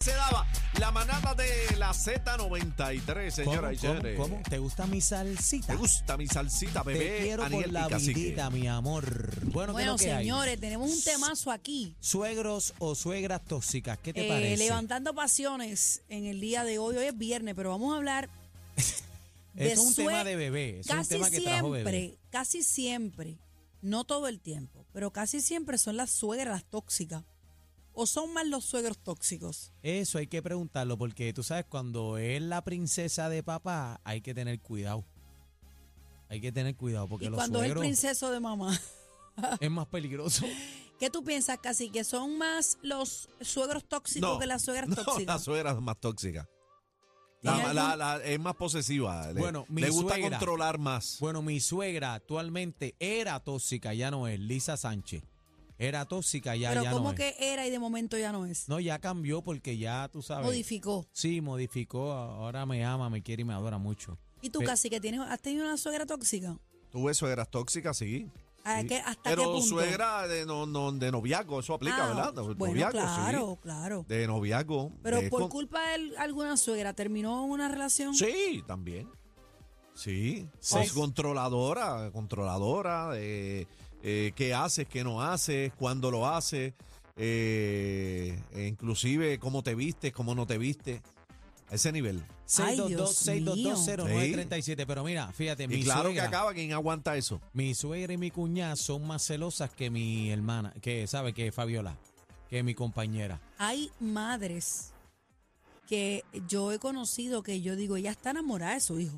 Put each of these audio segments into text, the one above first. se daba la manada de la Z93, ¿Cómo, señora y cómo, señores. cómo? ¿Te gusta mi salsita? ¿Te gusta mi salsita, Te bebé? quiero Aniel por la y Cacique. vidita, mi amor. Bueno, ¿qué es lo Bueno, que hay? señores, tenemos un temazo aquí. Suegros o suegras tóxicas, ¿qué te Eh, parece? levantando pasiones en el día de hoy. Hoy es viernes, pero vamos a hablar de Eso es un sue- tema de bebé. eso casi es un tema que siempre, trajo bebé. casi siempre, no todo el tiempo, pero casi siempre son las suegras las tóxicas. O son más los suegros tóxicos. Eso hay que preguntarlo porque tú sabes, cuando es la princesa de papá, hay que tener cuidado. Hay que tener cuidado porque y los cuando es el suegros es, princeso de mamá. más peligroso. ¿Qué tú piensas, casi que son más los suegros tóxicos No, que las suegras no, la tóxicas? suegra es más tóxica. ¿Tiene La- algún- la- la- es más posesiva. Le, Bueno, mi le gusta suegra. controlar más. Bueno, mi suegra actualmente era tóxica, ya no es, Lisa Sánchez. Era tóxica, ya, pero ya como no es. que era y de momento ya no es. No, ya cambió porque ya tú sabes. Modificó. Sí, modificó. Ahora me ama, me quiere y me adora mucho. ¿Y tú, Pe- casi que tienes, has tenido una suegra tóxica? Tuve suegras tóxicas, sí. ¿A sí. qué- ¿Hasta Pero qué punto? suegra de, no, no- de noviazgo, eso aplica, Ah, ¿verdad? De bueno, noviazgo, claro, sí. claro. De noviazgo. Pero de por con- culpa de alguna suegra, ¿terminó una relación? Sí, también. Sí. Sí. Es controladora, controladora de eh, qué haces, qué no haces, cuándo lo haces, eh, e inclusive cómo te vistes, cómo no te vistes. A ese nivel. Ay, Dios 622-622-0937. Pero mira, fíjate, mi, y claro suegra, que acaba quien aguanta eso. mi suegra y mi cuñada son más celosas que mi hermana, que sabe que Fabiola, que mi compañera. Hay madres que yo he conocido que yo digo, ella está enamorada de su hijo.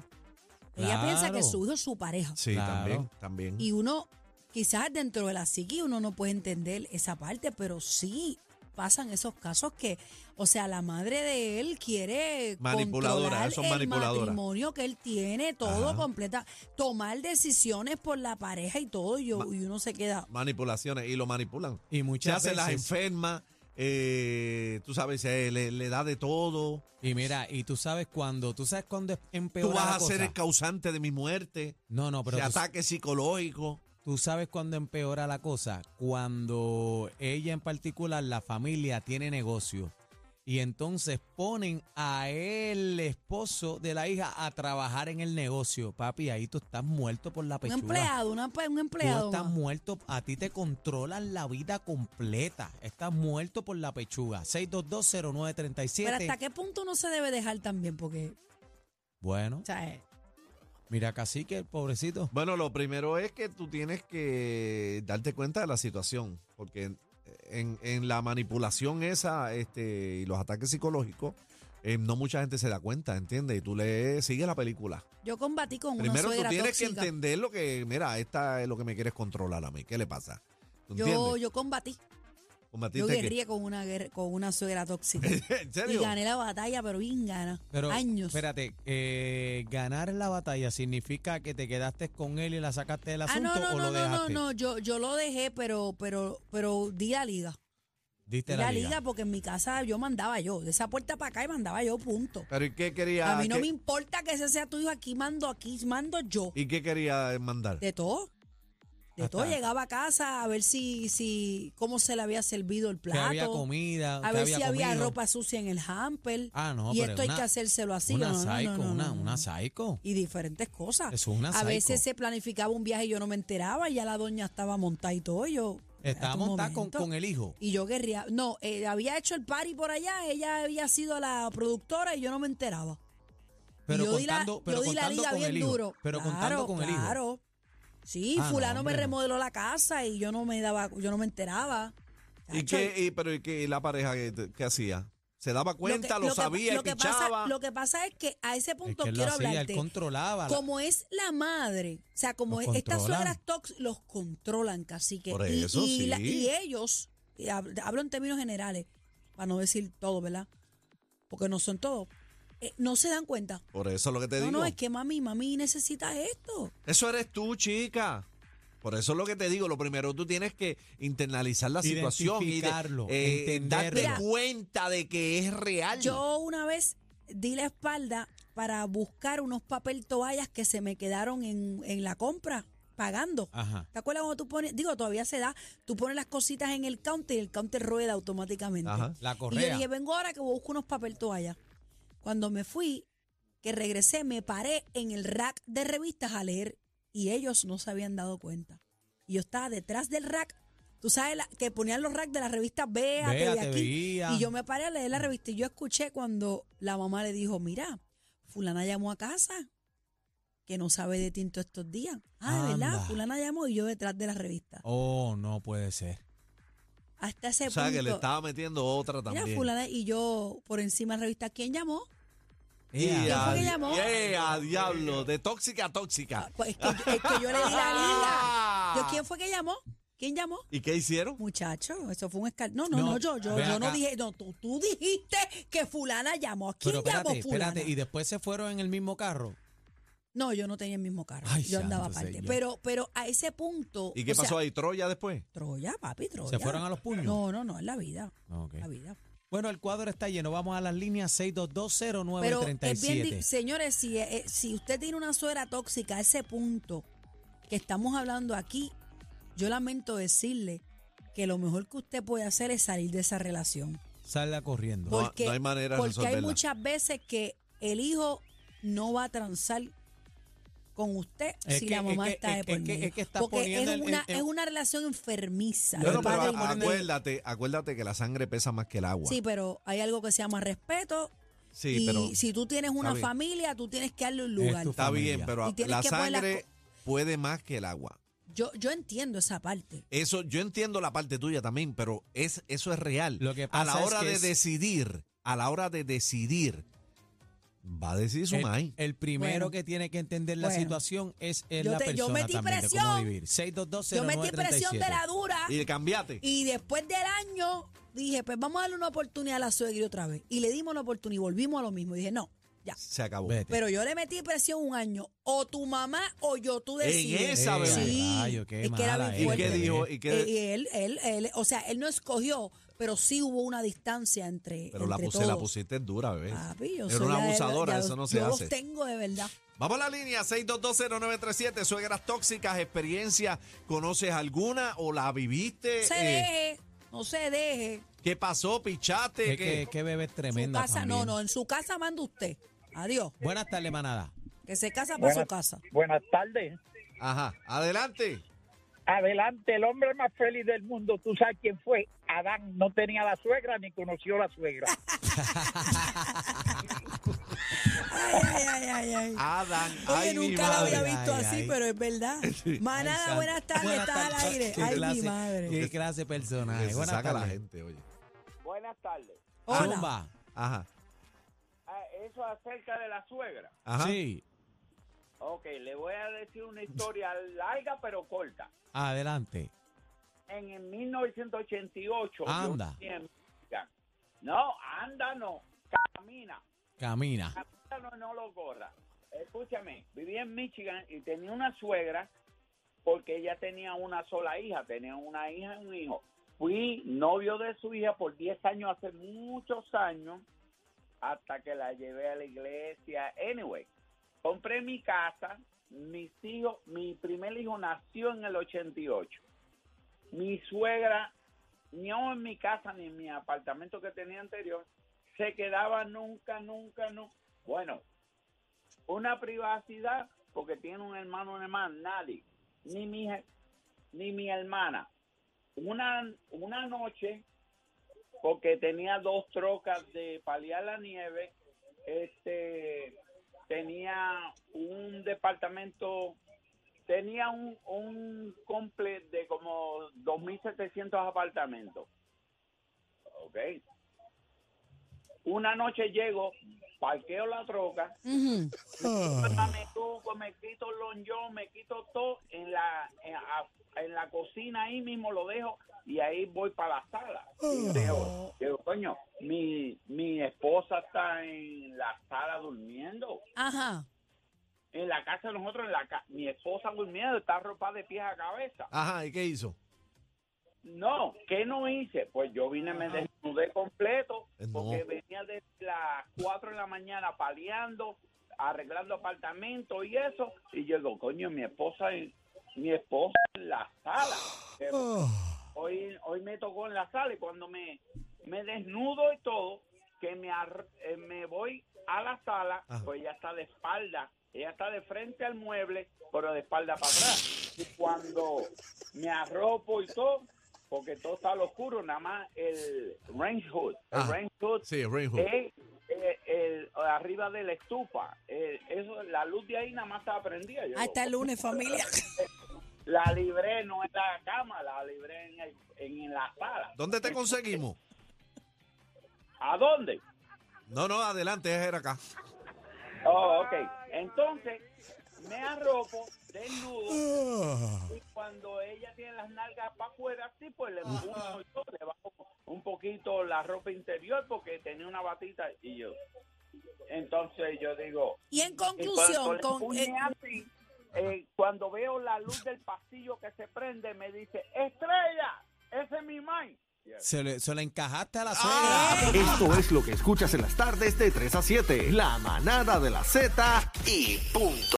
Ella piensa que Claro. su hijo es su pareja. Sí, Claro. también, también. Y uno, quizás dentro de la psiqui, uno no puede entender esa parte, pero sí pasan esos casos que, o sea, la madre de él quiere Manipuladora, controlar son el manipuladoras. matrimonio que él tiene, todo Ajá. completa, tomar decisiones por la pareja y todo, y, yo- y uno se queda. Manipulaciones y lo manipulan. Y Se muchas hacen las veces. enfermas, eh, tú sabes, eh, le, le da de todo. Y mira, y tú sabes cuando, tú sabes cuando es empeora Tú vas la a ser cosa? el causante de mi muerte, No, no, pero de tú, ataque psicológico. tú sabes cuando empeora la cosa. Cuando ella en particular, la familia, tiene negocio. Y entonces ponen a el esposo de la hija a trabajar en el negocio. Papi, ahí tú estás muerto por la Un Pues pechuga. empleado, una pe- un Tú empleado. estás ma. muerto, a ti te controlan la vida completa. Estás muerto por la pechuga. Pero hasta 6220937. qué punto no se debe dejar también, porque, Bueno, o sea, eh, mira, casi que el pobrecito. Bueno, lo primero es que tú tienes que darte cuenta de la situación, porque en, en- en la manipulación esa este, y los ataques psicológicos, eh, no mucha gente se da cuenta, ¿entiendes? Y tú le sigues la película. yo combatí con primero tú una suegra tienes que tóxica. entender lo que, mira, esta es lo que me quieres controlar a mí, ¿qué le pasa? ¿Tú yo, entiendes? yo combatí, yo ¿Combatiste qué? guerría con una, guerra- con una suegra tóxica. ¿En Y serio? gané la batalla, pero bien gana. Pero, Años. Espérate, eh, ganar la batalla significa que te quedaste con él y la sacaste del ah, asunto no, no, o lo no, no, no, dejaste. no, yo, yo lo dejé, pero, pero, pero di la liga. Diste Di la, la liga. liga porque en mi casa yo mandaba yo. De esa puerta para acá y mandaba yo, punto. ¿Pero y qué quería? A mí no qué- me importa que ese sea tuyo, aquí mando, aquí mando yo. ¿Y qué quería mandar? De todo. De Hasta- todo. Llegaba a casa a ver si, si, cómo se le había servido el Que plato. había comida, a que ver había si había comido. ropa sucia en el hamper. Ah, no, y pero esto hay una- que hacérselo así. Una No, no, no, psycho, no, no, una, no. una psycho. y diferentes cosas. Eso es una a veces psycho. se planificaba un viaje y yo no me enteraba, y ya la doña estaba montada y todo. y Yo, Estaba espérate un montada con, momento. con el hijo. Y yo guerría. No, eh, había hecho el party por allá, ella había sido la productora y yo no me enteraba. Pero Y yo di la- contando, pero yo di la contando liga con bien el hijo. duro. Pero claro, contando con el hijo. Claro. Sí, Ah, no, fulano me hombre, no. remodeló la casa y yo no me daba, yo no me enteraba. ¿Y Chacho, qué, y- pero ¿y qué- y la pareja que, que hacía? ¿Se daba cuenta? ¿Lo, sabía? lo que ¿Pichaba? pasa, lo que pasa es que a ese Es punto que él lo quiero hacía, él hablarte. controlaba. la- Como es la madre, o sea, como Los es- estas controlan. suegras tox los controlan, casi que. Por eso, y, la- sí. y ellos, y hab- hablo en términos generales, para no decir todo, ¿verdad? Porque no son todos. eh, no se dan cuenta. Por eso es lo que te No, digo. no, es que mami, mami necesita esto. Eso eres tú, chica. Por eso es lo que te digo. Lo primero, tú tienes que internalizar la situación y de- eh, Identificarlo, entenderlo. darte Mira, cuenta de que es real. Yo una vez di la espalda para buscar unos papel toallas que se me quedaron en, en la compra, pagando. Ah. Ajá. ¿Te acuerdas cuando tú pones, digo, todavía se da, tú pones las cositas en el counter y el counter rueda automáticamente? Ajá. La Y yo correa. dije, vengo ahora que busco unos papel toalla. Cuando me fui, que regresé, me paré en el rack de revistas a leer y ellos no se habían dado cuenta. Y yo estaba detrás del rack. Tú sabes la- que ponían los racks de la revista Bea, Vea, de te aquí. veía. Y yo me paré a leer la revista y yo escuché cuando la mamá le dijo, mira, fulana llamó a casa, que no sabe de tinto estos días. Ah, de Anda. verdad, fulana llamó y yo detrás de la revista. Oh, no puede ser. Hasta ese o sea, punto. que le estaba metiendo otra mira, también. fulana y yo por encima de la revista, ¿quién llamó? Y ¿Quién fue a, que llamó? y a diablo, de tóxica a tóxica. Ah, pues, es, que, es que yo le di la Ah. liga. Ah, Yo, ¿Quién fue que llamó? ¿Quién llamó? ¿Y qué hicieron? Muchacho, eso fue un escándalo. No, no, No, no, yo, yo, ve yo no acá. dije, no, tú, tú dijiste que fulana llamó. ¿A quién Pero espérate, llamó fulana? espérate. Y después se fueron en el mismo carro. No, yo no tenía el mismo carro. Ay, yo andaba santo aparte. señor. Pero, pero a ese punto. ¿Y qué o sea, pasó ahí? ¿Troya después? Troya, papi, Troya. ¿Se fueron a los puños? No, no, no, es la vida. Ok. La vida. Bueno, el cuadro está lleno. Vamos a las líneas Pero es bien, 6220937. di- señores, si, eh, si usted tiene una suegra tóxica a ese punto que estamos hablando aquí, yo lamento decirle que lo mejor que usted puede hacer es salir de esa relación. Salga corriendo. Por- no hay manera de porque hay resolverla. muchas veces que el hijo no va a transar con usted Es si que- la mamá es que- está de es por que- medio. es que está porque es poniendo el- una, el- es una relación enfermiza. Bueno, de Bueno, pero para padre y de a- madre. ponerle- acuérdate, acuérdate que la sangre pesa más que el agua. sí, pero hay algo que se llama respeto. Sí, y pero si tú tienes una bien. familia, tú tienes que darle un Es lugar. tu está familia. bien, pero Y tienes la que poner las sangre co- puede más que el agua. Yo, yo entiendo esa parte. Eso, yo entiendo la parte tuya también, pero es, eso es real. Lo que a pasa la es hora que de es- decidir, a la hora de decidir, va a decidir su El, maíz. el primero Bueno. que tiene que entender la Bueno. situación es es Yo la te- yo persona metí también de cómo presión. vivir. 6220937. Yo metí presión de la dura y, Y cambiate. después del año dije, pues vamos a darle una oportunidad a la suegra otra vez. Y le dimos la oportunidad y volvimos a lo mismo. Y dije, no, ya. se acabó. Vete. Pero yo le metí presión un año. O tu mamá o yo, tú En decides. esa, Eh, ¿verdad? Sí, rayo, qué es que era mala bien ¿Y fuerte. qué eres. dijo? ¿Y qué- Eh, y él, él, él, o sea, él no escogió, pero sí hubo una distancia entre. pero la, entre puse, la todos. pusiste dura, bebé. Papi, yo Era soy una ya de- abusadora, ya eso no se yo hace. los tengo de verdad. Vamos a la línea 6220937. Suegras tóxicas, experiencia, ¿conoces alguna o la viviste? se Eh, deje, no se deje. ¿Qué pasó? ¿Pichaste? Es que, que bebé es Su tremenda. casa, no, también. no, en su casa manda usted. Adiós. Buenas tardes, manada. Que se casa por Buenas- su casa. Buenas tardes. Ajá, adelante. Adelante, el hombre más feliz del mundo. ¿Tú sabes quién fue? Adán no tenía la suegra ni conoció la suegra. Ay, ay, ay, ay, ay. Adán, Oye, ay, mi nunca la madre. había madre. visto Ay, así, ay. pero es verdad. Manada, Ay, buenas santo. tardes, Buenas estás al tardes. aire. Qué Ay, mi clase- madre. Qué clase de Que personaje. se Buenas saca la tardes. gente, oye. Buenas tardes. Ah, Hola. Zumba. Ajá, Eso acerca de la suegra. ajá. Sí, Ok, le voy a decir una historia larga pero corta. adelante. En el 1988, yo Anda. fui en Michigan. no, anda no, camina. Camina. Capítalo, no lo corra. Escúchame, vivía en Michigan y tenía una suegra porque ella tenía una sola hija, tenía una hija y un hijo. Fui novio de su hija por 10 años, hace muchos años, hasta que la llevé a la iglesia. Anyway, compré mi casa, mis hijos, mi primer hijo nació en el 88. Mi suegra, ni aún en mi casa ni en mi apartamento que tenía anterior, se quedaba nunca, nunca, nunca. Bueno, una privacidad porque tiene un hermano, una hermana, nadie, ni mi, je- ni mi hermana. Una, una noche, porque tenía dos trocas de paliar la nieve, este, tenía un departamento, tenía un, un comple de como 2.700 apartamentos. Ok. Una noche llego, parqueo la troca, Ah. Ujú. me tuco, me quito el lonjón, me quito todo en la, en, a- en la cocina ahí mismo lo dejo y ahí voy para la sala. Y dejo- digo, coño, mi, mi esposa está en la sala durmiendo. Ajá. En la casa de nosotros, en la ca- mi esposa durmiendo, está ropa de pies a cabeza. Ajá, ¿y qué hizo? No, ¿qué no hice? Pues yo vine, me desnudé completo, No. porque venía de las 4 de la mañana paleando, arreglando apartamentos y eso, y yo digo, coño, mi esposa en, mi esposa en la sala. Eh, Hoy, hoy me tocó en la sala y cuando me, me desnudo y todo, que me, ar- eh, me voy a la sala, Ajá. pues ella está de espalda, ella está de frente al mueble, pero de espalda para atrás. Y cuando me arropo y todo, porque todo está al oscuro, nada más el range hood, el Ajá. range hood Ah, Sí, Rainhood. es eh, el- arriba de la estufa, eh, eso, la luz de ahí nada más estaba prendida. Yo digo, Hasta Ah, el lunes, familia. la libré no en la cama, la libré en, el- en la sala. ¿Dónde te conseguimos? ¿A dónde? No, no, adelante, era acá. Oh, ok. Entonces, me arropo desnudo y cuando ella tiene las nalgas para afuera, así pues le empujo yo, le bajo un poquito la ropa interior porque tenía una batita y yo. Entonces yo digo, Y en Y conclusión, cuando le con, puse eh, así, eh, cuando veo la luz del pasillo que se prende, me dice, estrella, ese es mi man. Se, le- se la encajaste a Ah, la eh, suegra. Esto es lo que escuchas en las tardes de 3 a 7. La manada de la Z y punto.